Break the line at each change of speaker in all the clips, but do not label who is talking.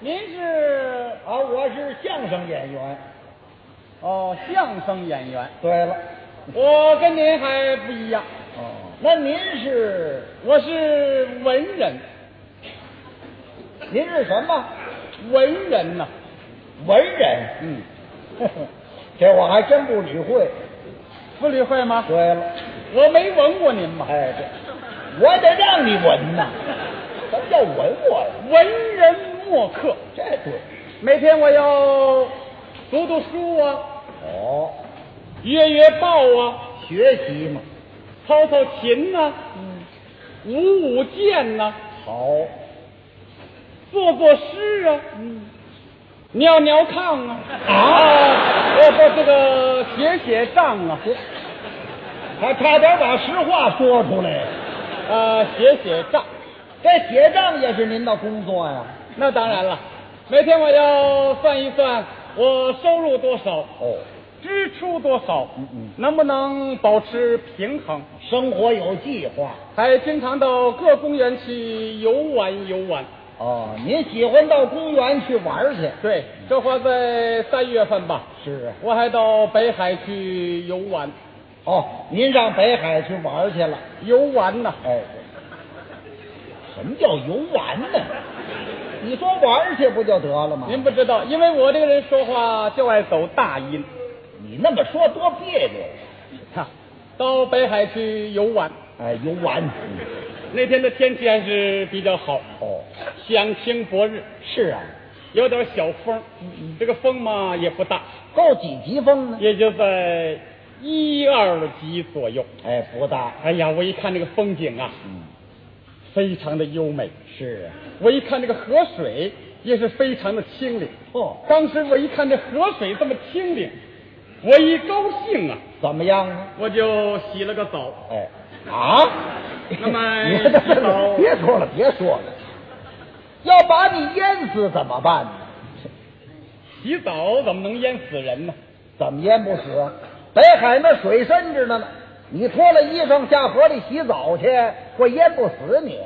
您是？
啊，我是相声演员。
哦，相声演员。
对了，
我跟您还不一样，
哦，那您是
我是文人，
您是什么
文人呐、
文人？
嗯，
这我还真不理会。
不理会吗？
对了，
我没闻过您吗？
哎，这我得让你闻 呐，什么叫闻我呀？
文人墨客，
这对。
每天我要读读书啊，
哦，
阅阅报啊，
学习嘛，
操操琴呐、
嗯
舞舞剑呐、
好，
做做诗啊，
嗯
尿尿炕啊，
啊
呃不，这个写写账啊，
还差点把实话说出来。
呃，写写账，
这写账也是您的工作呀、
那当然了，每天我要算一算我收入多少，
哦，
支出多少，
嗯嗯
能不能保持平衡？
生活有计划。
还经常到各公园去游玩游玩。
哦，您喜欢到公园去玩去？
对，这话在三月份吧，
是啊。
我还到北海去游玩，
哦，您上北海去玩去了？
游玩呐、
哎，什么叫游玩呢？你说玩去不就得了吗？
您不知道，因为我这个人说话就爱走大音。
你那么说多别扭呀。
哈，到北海去游玩，
哎，游玩。
那天的天气还是比较好，
哦，
享清薄日，
是啊，
有点小风，这个风嘛也不大，
够几级风呢？
也就在一二级左右。
哎，不大。
哎呀，我一看这个风景啊，
嗯，
非常的优美。
是啊。
我一看这个河水也是非常的清灵。
哦，
当时我一看这河水这么清灵，我一高兴啊，
怎么样啊？
我就洗了个澡。
哎，啊？
那么
你这
洗澡
别说了，别说了，要把你淹死怎么办呢？
洗澡怎么能淹死人呢？
怎么淹不死啊？北海那水深着呢，你脱了衣裳下河里洗澡去，会淹不死你。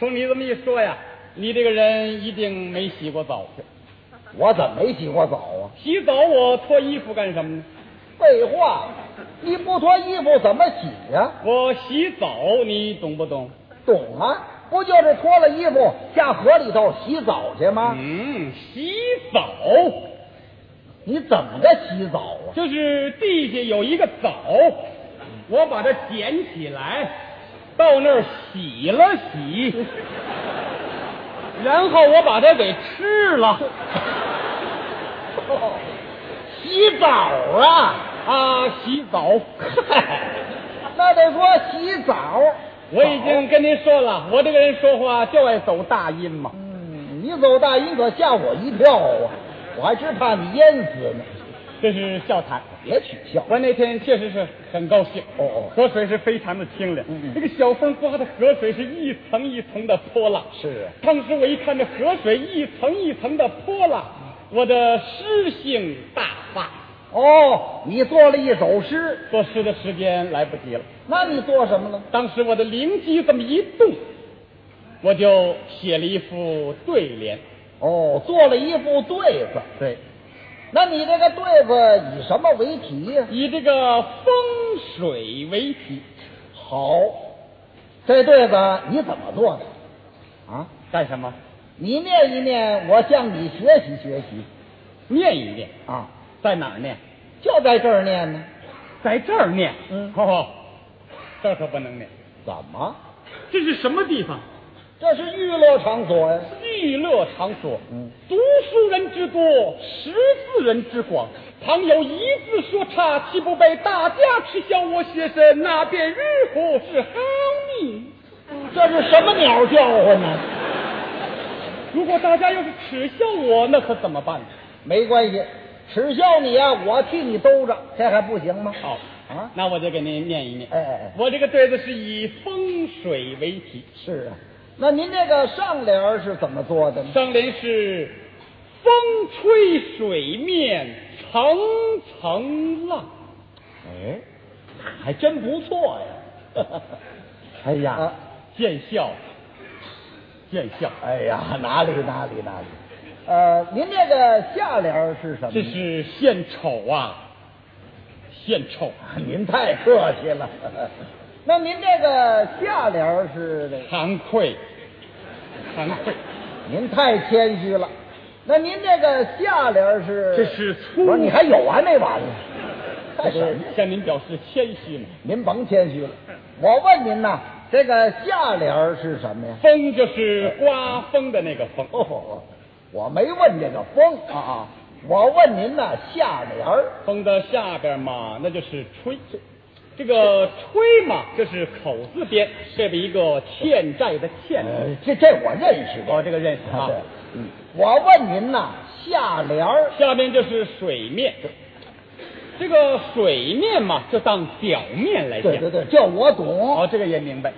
从你这么一说呀，你这个人一定没洗过澡。
我怎么没洗过澡啊？
洗澡我脱衣服干什么呢？
废话，你不脱衣服怎么洗呀、
我洗澡你懂不懂？
懂啊？不就是脱了衣服下河里头洗澡去吗？
嗯，洗澡
你怎么个洗澡啊？
就是地下有一个澡，我把它捡起来，到那儿洗了洗，然后我把它给吃了
洗澡啊？
啊！洗澡，
嗨，那得说洗澡。
我已经跟您说了，我这个人说话就爱走大音嘛。
嗯，你走大音可吓我一跳啊！我还真怕你淹死呢。
这是笑谈。
别取笑，
我那天确实是很高兴。
哦哦
河水是非常的清凉，
嗯嗯
这个小风刮的河水是一层一层的波浪。
是啊
当时我一看这河水一层一层的波浪，我的诗性大发。
哦，你做了一首诗，
作诗的时间来不及了，
那你做什么了？
当时我的灵机这么一动，我就写了一副对联。
哦，做了一副对子。
对，
那你这个对子以什么为题呀、
以这个风水为题，
好，这对子你怎么做的？啊，
干什么？
你念一念，我向你学习学习。
念一念，
啊，
在哪儿念？
就在这儿念呢。
在这儿念，
嗯
哦，这可不能念，
怎么？
这是什么地方？
这是娱乐场所呀、
娱乐场所，
嗯，
读书人之多，识字人之广，倘有一字说差，岂不被大家耻笑我学生？那便日后是好命。
这是什么鸟叫唤呢？
如果大家要是耻笑我，那可怎么办呢？
没关系，耻笑你呀、我替你兜着，这还不行吗？
好
啊
那我就给您念一念。
哎哎哎
我这个对子是以风水为题，
是啊，那您这个上联儿是怎么做的呢？
上联是风吹水面层层浪。
哎，还
啊
真不错呀！哎呀，
见笑，见笑。
哎呀，哪里哪里哪里，呃，您这个下联儿是什么呢？
这是献丑啊，献丑，
您太客气了。 那您这个下联儿是这个，
惭愧，惭愧。
您太谦虚了。那您这个下联儿是？
这是粗
不是，你还有啊完没完呢？干什
这
么呀
是向您表示谦虚嘛。
您甭谦虚了，我问您呐，这个下联儿是什么呀？
风就是刮风的那个风，
哦，我没问这个风啊啊，我问您呐下联儿。
风的下边嘛，那就是吹。这个吹嘛，这是口字边，这边一个欠债的欠。
呃，这这我认识
哦这个认识啊
对嗯，我问您呐，下联儿
下面就是水面，这个水面嘛，就当表面来讲。
对对对，这我懂。
哦，这个也明白。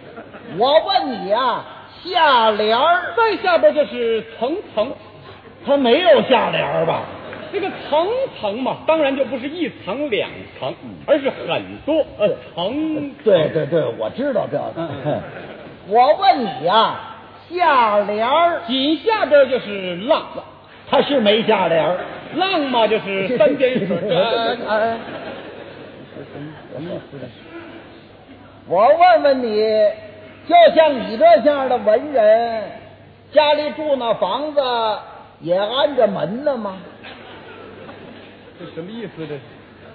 我问你啊，下 联儿
再下边就是层层，
它没有下联儿吧？
这个层层嘛，当然就不是一层两层，而是很多呃层。
嗯对对对，我知道这
嗯
个。 我问你啊，下联儿
紧下边就是浪，
它是没下联儿。
浪嘛就是三点 水。呃
哎
哎
我问问你，就像你这样的文人，家里住那房子也安着门呢吗？
这什么意思？这是？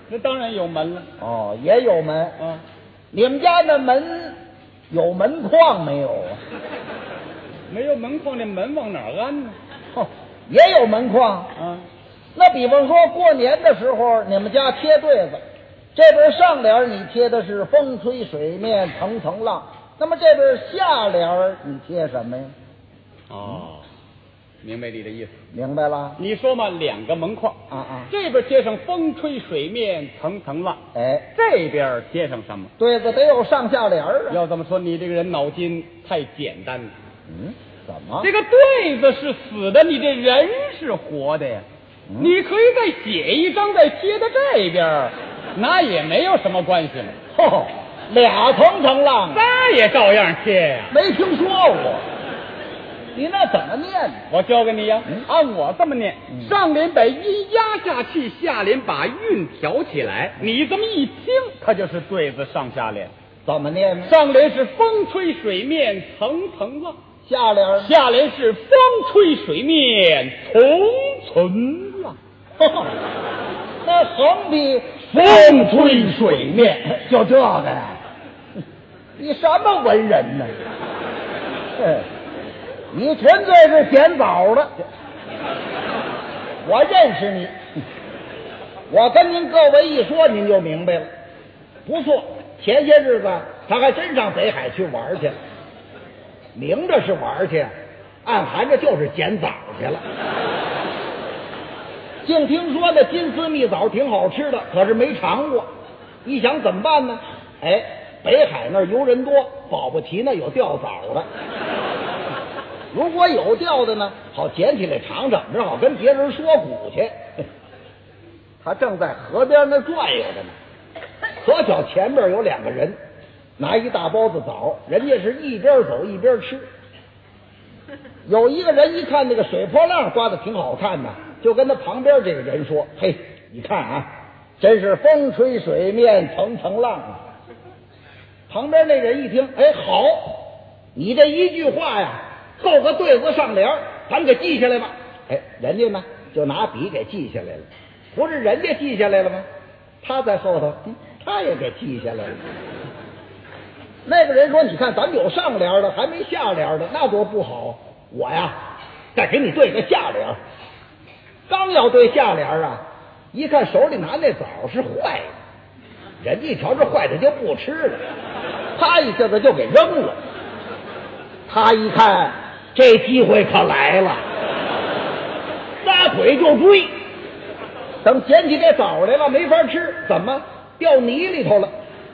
那当然有门了
哦，也有门。
啊！
你们家那门有门框没有啊？
没有门框，那门往哪儿安呢？
哼也有门框。
啊，
那比方说过年的时候，你们家贴对子，这边上联儿你贴的是风吹水面层层浪，那么这边下联儿你贴什么呀？
哦，明白你的意思。
明白了？
你说嘛，两个门框，
啊啊，
这边贴上风吹水面层层浪，
哎，
这边贴上什么？
对子得有上下联儿啊。
要这么说，你这个人脑筋太简单了。
嗯，怎么
这？个对子是死的，你这人是活的呀。
嗯
你可以再写一张，再贴到这边儿，那也没有什么关系嘛，
哦，俩层层浪啊，
那也照样贴呀。
没听说过。你那怎么念呢？
我教给你呀、
嗯
按我这么念：
嗯
上联把音压下去，下联把韵挑起来。你这么一听，它就是对子上下联。
怎么念呢？
上联是风吹水面层层浪，
下联 儿呢
下联是风吹水面重重浪。
那横批
风吹水面，
就这个呀？你什么文人呢？哼你纯粹是捡枣的。我认识你，我跟您各位一说，您就明白了。不错，前些日子他还真上北海去玩去了，明着是玩去，暗含着就是捡枣去了。净听说那金丝蜜枣挺好吃的，可是没尝过。一想怎么办呢？哎，北海那儿游人多，保不齐呢有掉枣的。 如果有掉的呢，好捡起来尝尝，只好跟别人说鼓去。 他正在河边那转悠着呢，可巧前面有两个人拿一大包子枣，人家是一边走一边吃。有一个人一看那个水波浪刮的挺好看的，就跟他旁边这个人说：“嘿，你看啊，真是风吹水面层层浪啊。”旁边那人一听，哎，好，你这一句话呀，凑个对子上联儿，咱们给记下来吧。哎，人家呢就拿笔给记下来了，不是人家记下来了吗？他在后头，嗯他也给记下来了。那个人说：“你看，咱们有上联的，还没下联的，那多不好。我呀，再给你对个下联。”刚要对下联啊，一看手里拿那枣是坏的，人家一瞧这坏的就不吃了，啪一下子就给扔了。他一看这机会可来了，撒腿就追。等捡起这枣来了，没法吃，怎么掉泥里头了？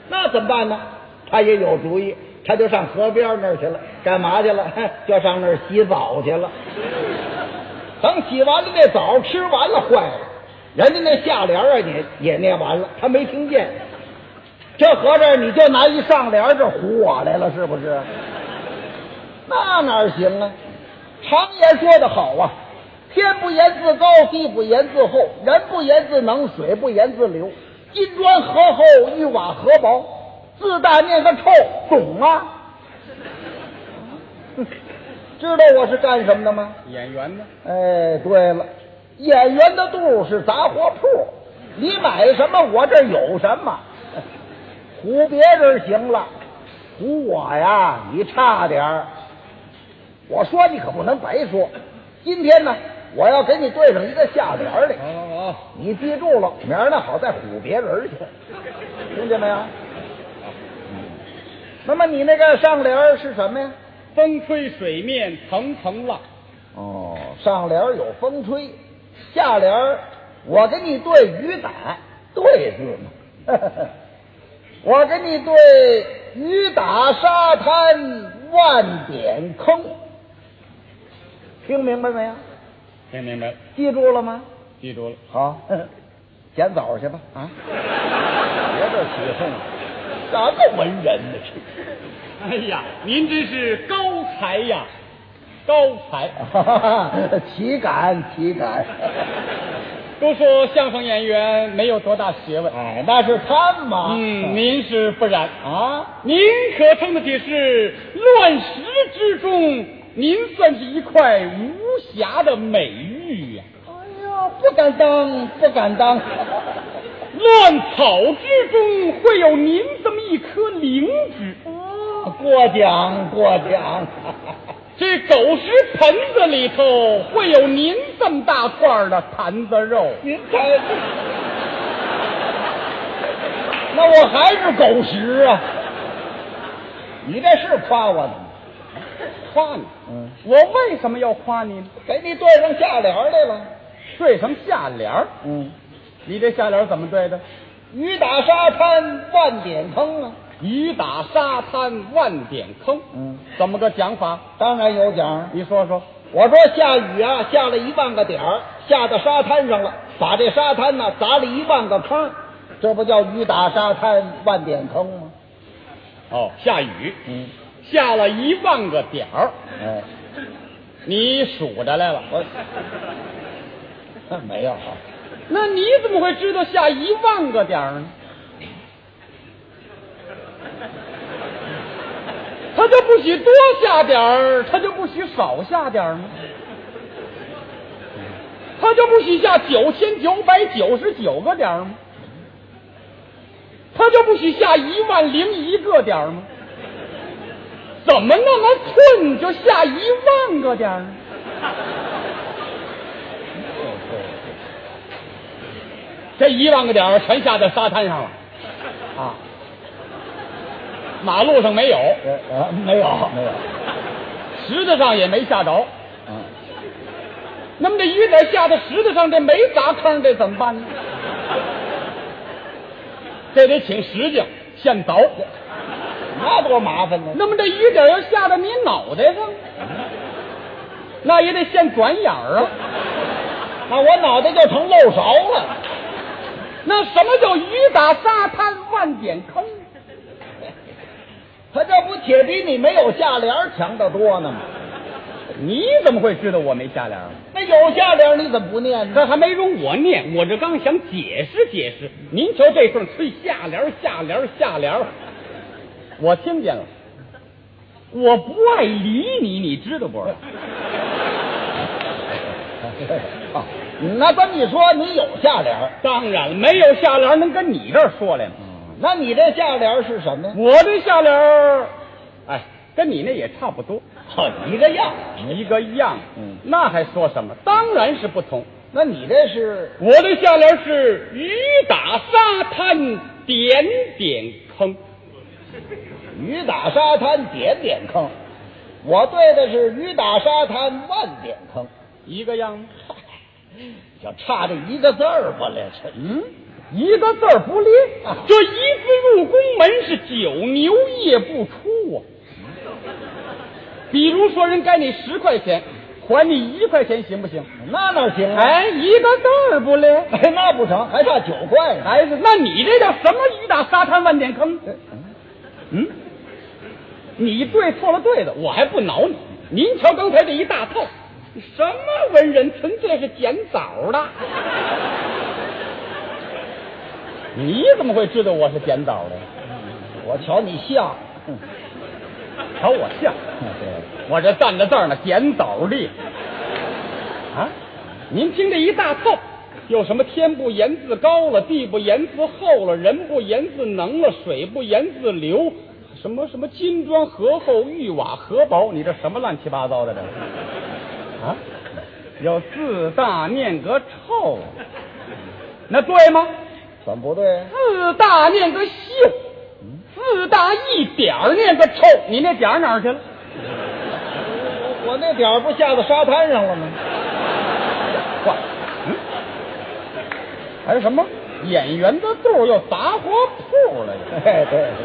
那怎么办呢？他也有主意，他就上河边那儿去了，干嘛去了？ 哼就上那儿洗澡去了。等洗完了那澡，吃完了坏了，人家那下联啊也也念完了，他没听见。这合着你就拿一上联这唬我来了，是不是？那哪儿行啊？常言说得好啊，天不言自高，地不言自厚，人不言自能，水不言自流。金砖何厚，玉瓦何薄，自大念个臭，懂吗？ 知道我是干什么的吗？
演员呢？
哎，对了，演员的肚是杂货铺，你买什么我这儿有什么，唬别人行了，唬我呀，你差点儿。我说你可不能白说，今天呢，我要给你对上一个下联儿来，
好好好，
你记住了，明儿那好再唬别人儿去，听见没有？嗯那么你那个上联儿是什么呀？
风吹水面层层浪，
哦，上联儿有风吹，下联儿我给你对雨打，对字嘛， 我给你对雨打沙滩万点坑，听明白没有？
听明白了，
记住了吗？
记住了。
好， 捡枣去吧啊！ 别这起哄，哪个文人呢？
哎呀，您真是高才呀，高才！
这 体感体 感，
都说相声演员没有多大学问，
哎，那是他嘛。
嗯，您是不然
啊，
您可称得起是乱石之中，您算是一块无瑕的美玉呀、
哎呀，不敢当，不敢当。
乱草之中会有您这么一颗灵芝，
过奖，过奖。
这狗食盆子里头会有您这么大块儿的坛子肉。
您太……那我还是狗食啊！你这是夸我呢？
夸你，
嗯，
我为什么要夸你呢？
给你对上下联儿来了。
对上下联儿，
嗯，
你这下联儿怎么对的？
雨打沙滩万点坑啊！
雨打沙滩万点坑，
嗯，
怎么个讲法？
当然有奖。
你说说。
我说下雨啊，下了一万个点儿，下到沙滩上了，把这沙滩呢砸了一万个坑，这不叫雨打沙滩万点坑吗？
哦，下雨，
嗯，
下了一万个点儿，
哎，
你数着来了。
我没有啊，
那你怎么会知道下一万个点儿呢？他就不许多下点儿，他就不许少下点儿吗？他就不许下九千九百九十九个点儿吗？他就不许下一万零一个点儿吗？怎么那么寸就下一万个点儿呢？这一万个点儿全下在沙滩上了，
啊，
马路上没有，
呃啊，没有没有，
石头上也没下着。
嗯，
那么这雨点下到石头上，这没砸坑，这怎么办呢？这得请石匠现凿。
那多麻烦呢。
那么这雨点要下到你脑袋上，那也得现转眼儿啊。
那我脑袋就成漏勺了。
那什么叫雨打沙滩万点坑？
他这不铁比你没有下联儿强得多呢吗？
你怎么会知道我没下联儿？
那有下联儿你怎么不念呢？
这还没容我念，我这刚想解释解释。您瞧这份吹下联儿下联儿下联儿，我听见了，我不爱理你，你知道不知道？
啊，那这么一说，你有下联儿。
当然了，没有下联儿能跟你这儿说来吗？
那你这下联儿是什么呀？
我这下联儿，哎，跟你那也差不多，
好一个样。
一个样。
嗯
那还说什么？当然是不同。
那你这是
我的下联儿是雨打沙滩点点坑。
雨打沙滩点点坑，我对的是雨打沙滩万点坑，
一个样吗？
就差这一个字儿吧了，这
嗯，一个字儿不列
啊
这一字入宫门是九牛也不出啊。比如说，人该你十块钱，还你一块钱，行不行？
那哪行啊？
哎，一个字儿不列。
哎，那不成，还差九块呢。哎
孩子，那你这叫什么雨打沙滩万点坑？嗯，你对错了对的，我还不挠你。您瞧刚才这一大套，什么文人，纯粹是捡枣的。 你怎么会知道我是捡枣的？
我瞧你像，
瞧我像，我这站在这儿呢，捡枣的。啊，您听这一大套，有什么天不言自高了，地不言自厚了，人不言自能了，水不言自流，什么什么金砖和厚，玉瓦和薄，你这什么乱七八糟的这是？啊，有四大念个臭，那对吗？
怎么不对？啊
四大念个秀，四大一点儿念个臭，你那点儿哪儿去了？
我那点儿不下到沙滩上了吗？
话，嗯，还有什么演员的肚儿又杂货铺了又？
哎对对，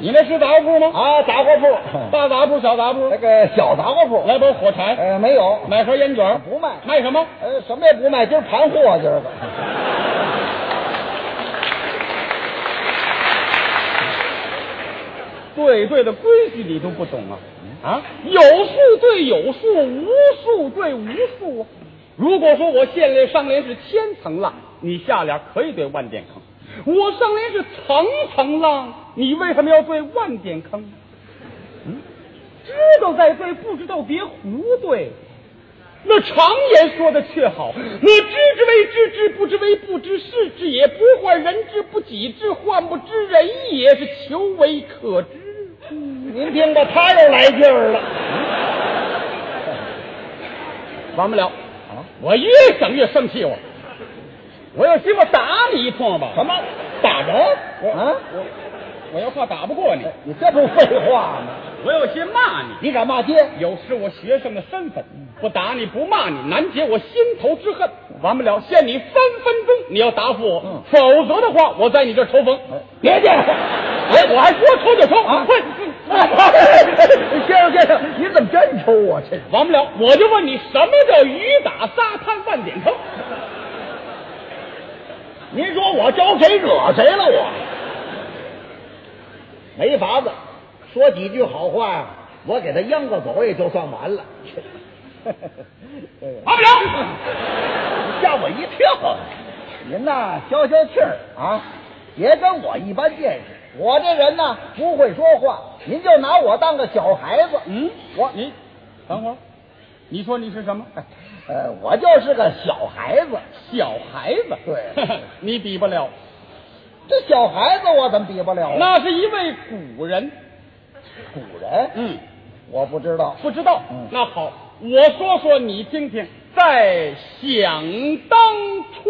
你那是杂货铺吗？
啊，杂货铺，
大杂铺、小杂铺
那，个小杂货铺，
来包火柴，
呃，没有，
买盒烟卷儿，
不卖，
卖什么？
呃，什么也不卖，今儿盘货，今儿个。
对对的规矩你都不懂啊！啊，有数对有数，无数对无数啊！如果说我现在上联是千层浪，你下联可以对万点坑；我上联是层层浪，你为什么要对万点坑？嗯，知道在对，不知道别胡对。那常言说的却好，那知之为知之，不知为不知，是知也；不患人之不己知，患不知人也，是求为可知。
您听吧，他又来劲儿了。
完不了，我越想越生气我，我有心我打你一通吧。
什么？打人？我
啊？我我要怕打不过你，
哎你这不废话吗？
我有心骂你。
你敢骂 街？
有失我学生的身份，不打你不骂你，难解我心头之恨。完不了，限你三分钟，你要答复我，
嗯
否则的话，我在你这儿抽风。
别介，
嗯哎，我还说抽就抽啊！快，
先生先生，您怎么真抽我这？
完不了，我就问你，什么叫雨打沙滩万点坑？
您说我招谁惹谁了我？没法子，说几句好话呀、我给他央个走也就算完 了。
完不了，
吓我一跳！啊您呐，消消气儿啊，别跟我一般见识。我这人呢，不会说话，您就拿我当个小孩子。
嗯，
我
你等会儿，你说你是什么？哎
呃，我就是个小孩子。
小孩子，
对
你比不了，
这小孩子我怎么比不了啊？
那是一位古人。
古人，
嗯。
我不知道。
不知道。
嗯
那好，我说说你听听。在想当初，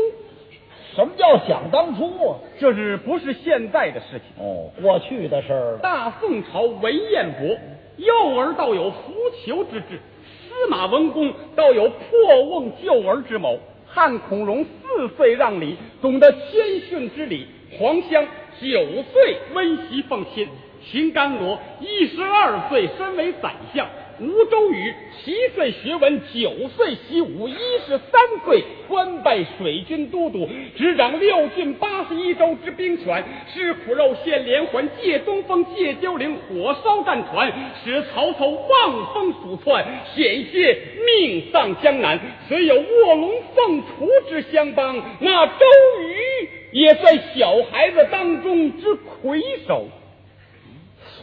什么叫想当初啊？
就是不是现在的事情。
哦，过去的事儿了。
大宋朝文彦博，幼而道有扶裘之志；司马文公道有破瓮救儿之谋；汉孔融四岁让梨，懂得谦逊之礼；黄香九岁温习奉亲；秦甘罗一十二岁身为宰相；吴周瑜七岁学文，九岁习武，一十三岁官拜水军都督，执掌六郡八十一州之兵权，吃苦肉县连环借东风借tiêu陵火烧战船，使曹操望风鼠窜，险些命丧江南。虽有卧龙凤雏之相帮，那周瑜也在小孩子当中之魁首。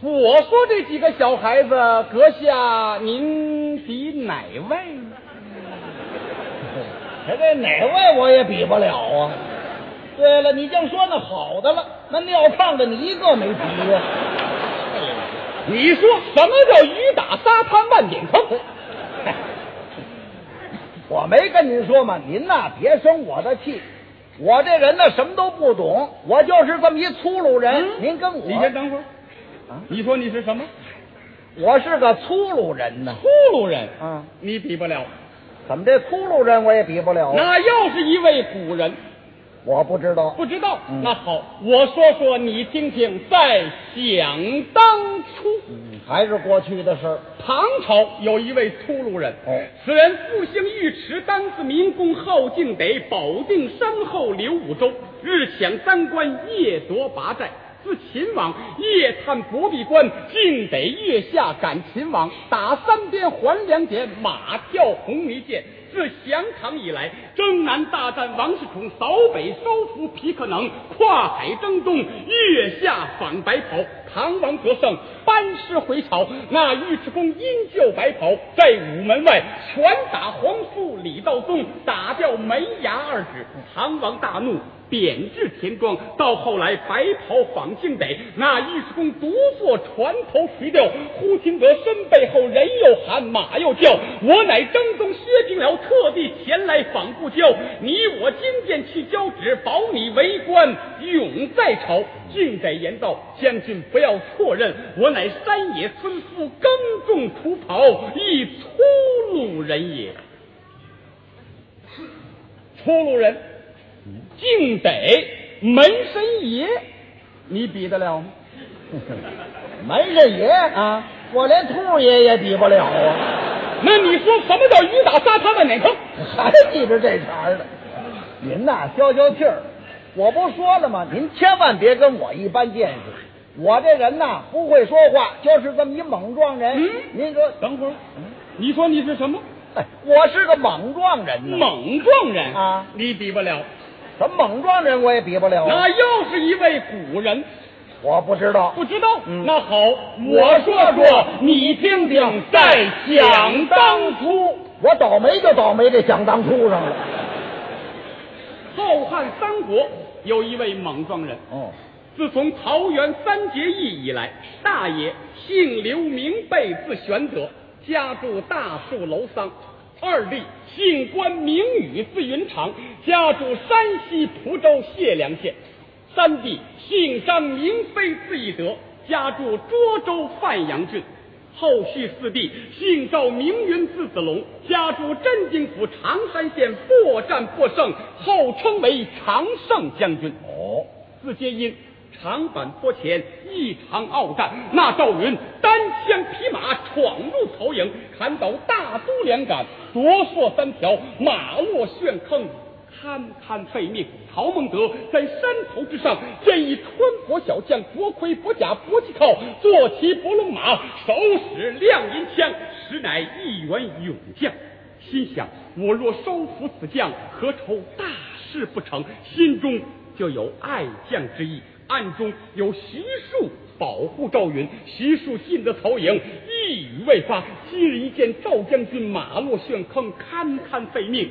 我说这几个小孩子，阁下您比哪 位？
哎，这哪位我也比不了啊。对了，你净说那好的了，那尿炕的你一个没提呀、
你说什么叫雨打沙滩万点坑？
我没跟您说嘛，您呐别生我的气，我这人呢什么都不懂，我就是这么一粗鲁人。您跟我，啊
你嗯先等会儿。你说你是什么
我是个粗鲁人呐。
粗鲁人？
啊，
你比不了。
怎么这粗鲁人我也比不了啊？
那又是一位古人，
我不知道，
不知道。
嗯
那好，我说说你听听。在想当初，
嗯还是过去的事儿。
唐朝有一位粗鲁人，
哦
此人复兴尉迟，单字明公，号敬北，保定山后刘五州，日抢三关，夜夺八寨。自秦王，夜探薄壁关，竟得月下赶秦王，打三鞭还两节，马跳红泥涧。自降唐以来，征南大战王世充，扫北收服皮克能，跨海征东，月下访白袍。唐王得胜，班师回朝。那尉迟恭因救白袍，在午门外拳打皇叔李道宗，打掉门牙二指。唐王大怒，贬至田庄。到后来，白袍访京北，那尉迟恭独坐船头垂钓，忽听得身背后人又喊，马又叫。我乃征宗薛平辽，特地前来访故交。你我今见去交趾，保你为官永在朝。竟得言道，将军不要错认，我乃山野村夫，耕种土庖，一粗鲁人也。粗鲁人，竟得门神爷，你比得了吗？
门神爷
啊，
我连兔爷也比不了啊，
那你说什么叫雨打沙滩万年坑？
还记着这茬儿呢。您呐，消消气儿，我不说了吗？您千万别跟我一般见识，我这人呐不会说话，就是这么一莽撞人。
嗯
您说，
等会儿，你说你是什么？
哎，我是个莽撞
嗯
人呢，
莽撞人
啊
你比不了。
什么莽撞人我也比不了啊
那。又是一位古人，
我不知道，
不知道？
嗯
那好，我说说，你听听。在想当初，
我倒霉就倒霉这想当初上 了。
后汉三国有一位莽撞人，
哦，
自从桃园三结义以来，大爷姓刘，名备，字玄德，家住大树楼桑；二弟姓关，名羽，字云长，家住山西蒲州解良县；三弟姓张，名飞，字翼德，家住涿州范阳郡。后续四弟姓赵，名云，字子龙，家住镇定府常山县，破战获胜，后称为常胜将军。
哦，
自皆因长坂坡前异常鏖战，那赵云单枪匹马闯入曹营，砍倒大都两杆，夺槊三条，马落陷坑。堪堪被命，曹孟德在山头之上建议穿佛小将，薄盔薄甲薄气靠，坐骑伯龙马，手使亮银枪，实乃一员勇将。心想：我若收服此将，何愁大事不成？心中就有爱将之意，暗中有徐庶保护赵云。徐庶进得曹营，一语未发，今日一见赵将军马落陷坑，堪堪废命。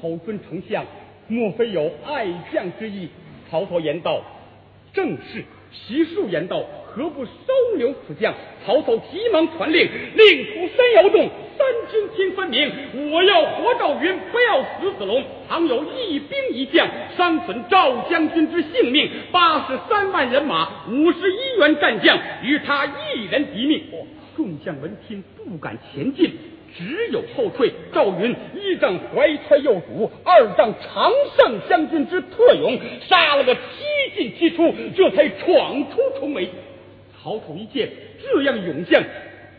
口尊丞相，莫非有爱将之意？曹操言道：“正是。”徐庶言道：“何不收留此将？”曹操急忙传令，令出山摇动，三军听分明。我要活赵云，不要死子龙。倘有一兵一将伤损赵将军之性命，八十三万人马，五十一员战将，与他一人敌命。众将闻听，不敢前进。只有后退。赵云一仗怀揣右主，二仗常胜将军之特勇，杀了个七进七出，这才闯出重围。曹操一见这样勇将，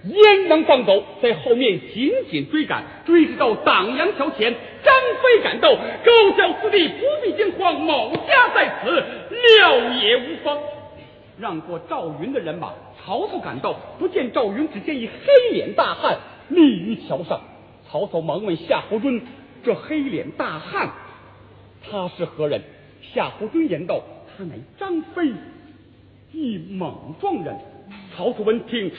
焉能放走？在后面紧紧追赶，追至到党阳桥前，张飞赶到，高叫四弟不必惊慌，某家在此，料也无妨。让过赵云的人马，曹操赶到，不见赵云，只见一黑脸大汉立于桥上。曹操忙问夏侯惇：“这黑脸大汉，他是何人？”夏侯惇言道：“他乃张飞，一莽撞人。”曹操闻听，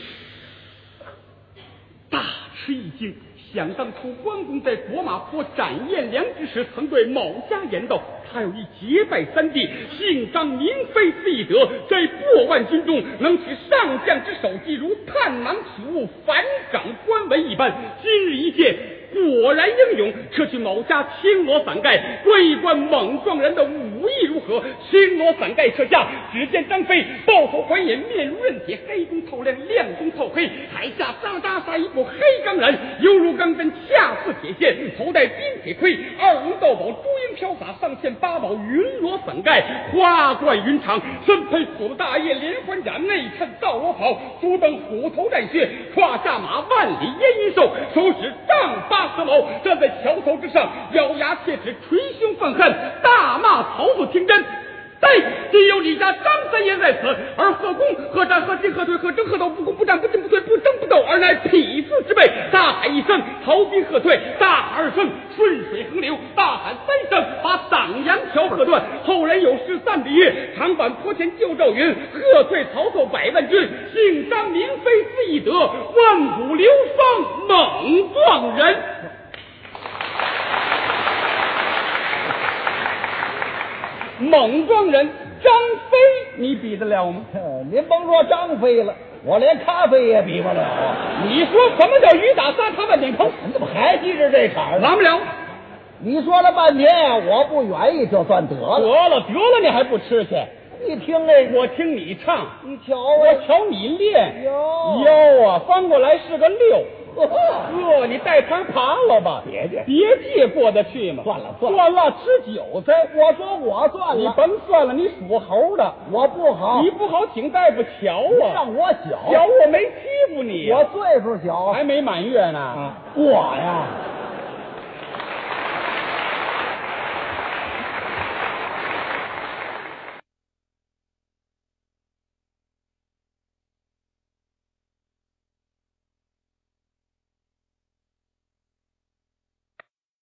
大吃一惊。想当初，关公在博马坡斩颜良之时，曾对某家言道：“他有一结拜三弟，姓张，名飞，字翼德，在破万军中能取上将之首级，如探囊取物，反掌关文一般。今日一见，果然英勇。撤去某家青罗伞盖，观一观猛撞人的武艺如何？”青罗伞盖撤下，只见张飞抱头还眼，面如润铁，黑中透亮，亮中透黑，台下扎扎杀一股黑钢人，犹如钢针，恰似铁线，头戴冰铁盔，二龙斗宝，朱缨飘洒，上嵌八宝云罗伞盖，花冠云长，身披锁子大叶连环甲，内衬道罗袍，足蹬虎头战靴，胯下马万里烟云兽，手指丈八蛇矛，站在桥头之上，咬牙切齿，捶胸愤恨，大骂曹操听真。对，今有李家张三爷在此，而贺公、贺战、贺进、贺退、贺争、贺斗、不攻不战、不进不退、不争不斗，而乃匹夫之辈。大喊一声，曹兵喝退；大喊二声，顺水横流；大喊三声，把党阳桥喝断。后人有诗赞比喻：长坂坡前救赵云，喝退曹操百万军。姓张名飞字翼德，万古流芳猛撞人。猛撞人，张飞，你比得了吗？
呃您甭说张飞了，我连咖啡也比不了啊！
你说什么叫雨打三叉万点头？
你怎么还记着这茬儿呢？
拦不了。
你说了半天，我不愿意就算得了。
得了得了，你还不吃去？
一听这
我听你唱，
你瞧
我
啊，
瞧你练，
哟
哟啊，翻过来是个六。
呵
呵，你带盘爬了吧？
别介
别介，过得去吗？
算了算了
算了，吃韭菜。
我说我算
你
了，
甭算了，哦你属猴的，
我不好，
你不好，请大夫瞧啊。
让我小，哎
瞧我没欺负你，啊
我岁数小，
还没满月呢。
我呀，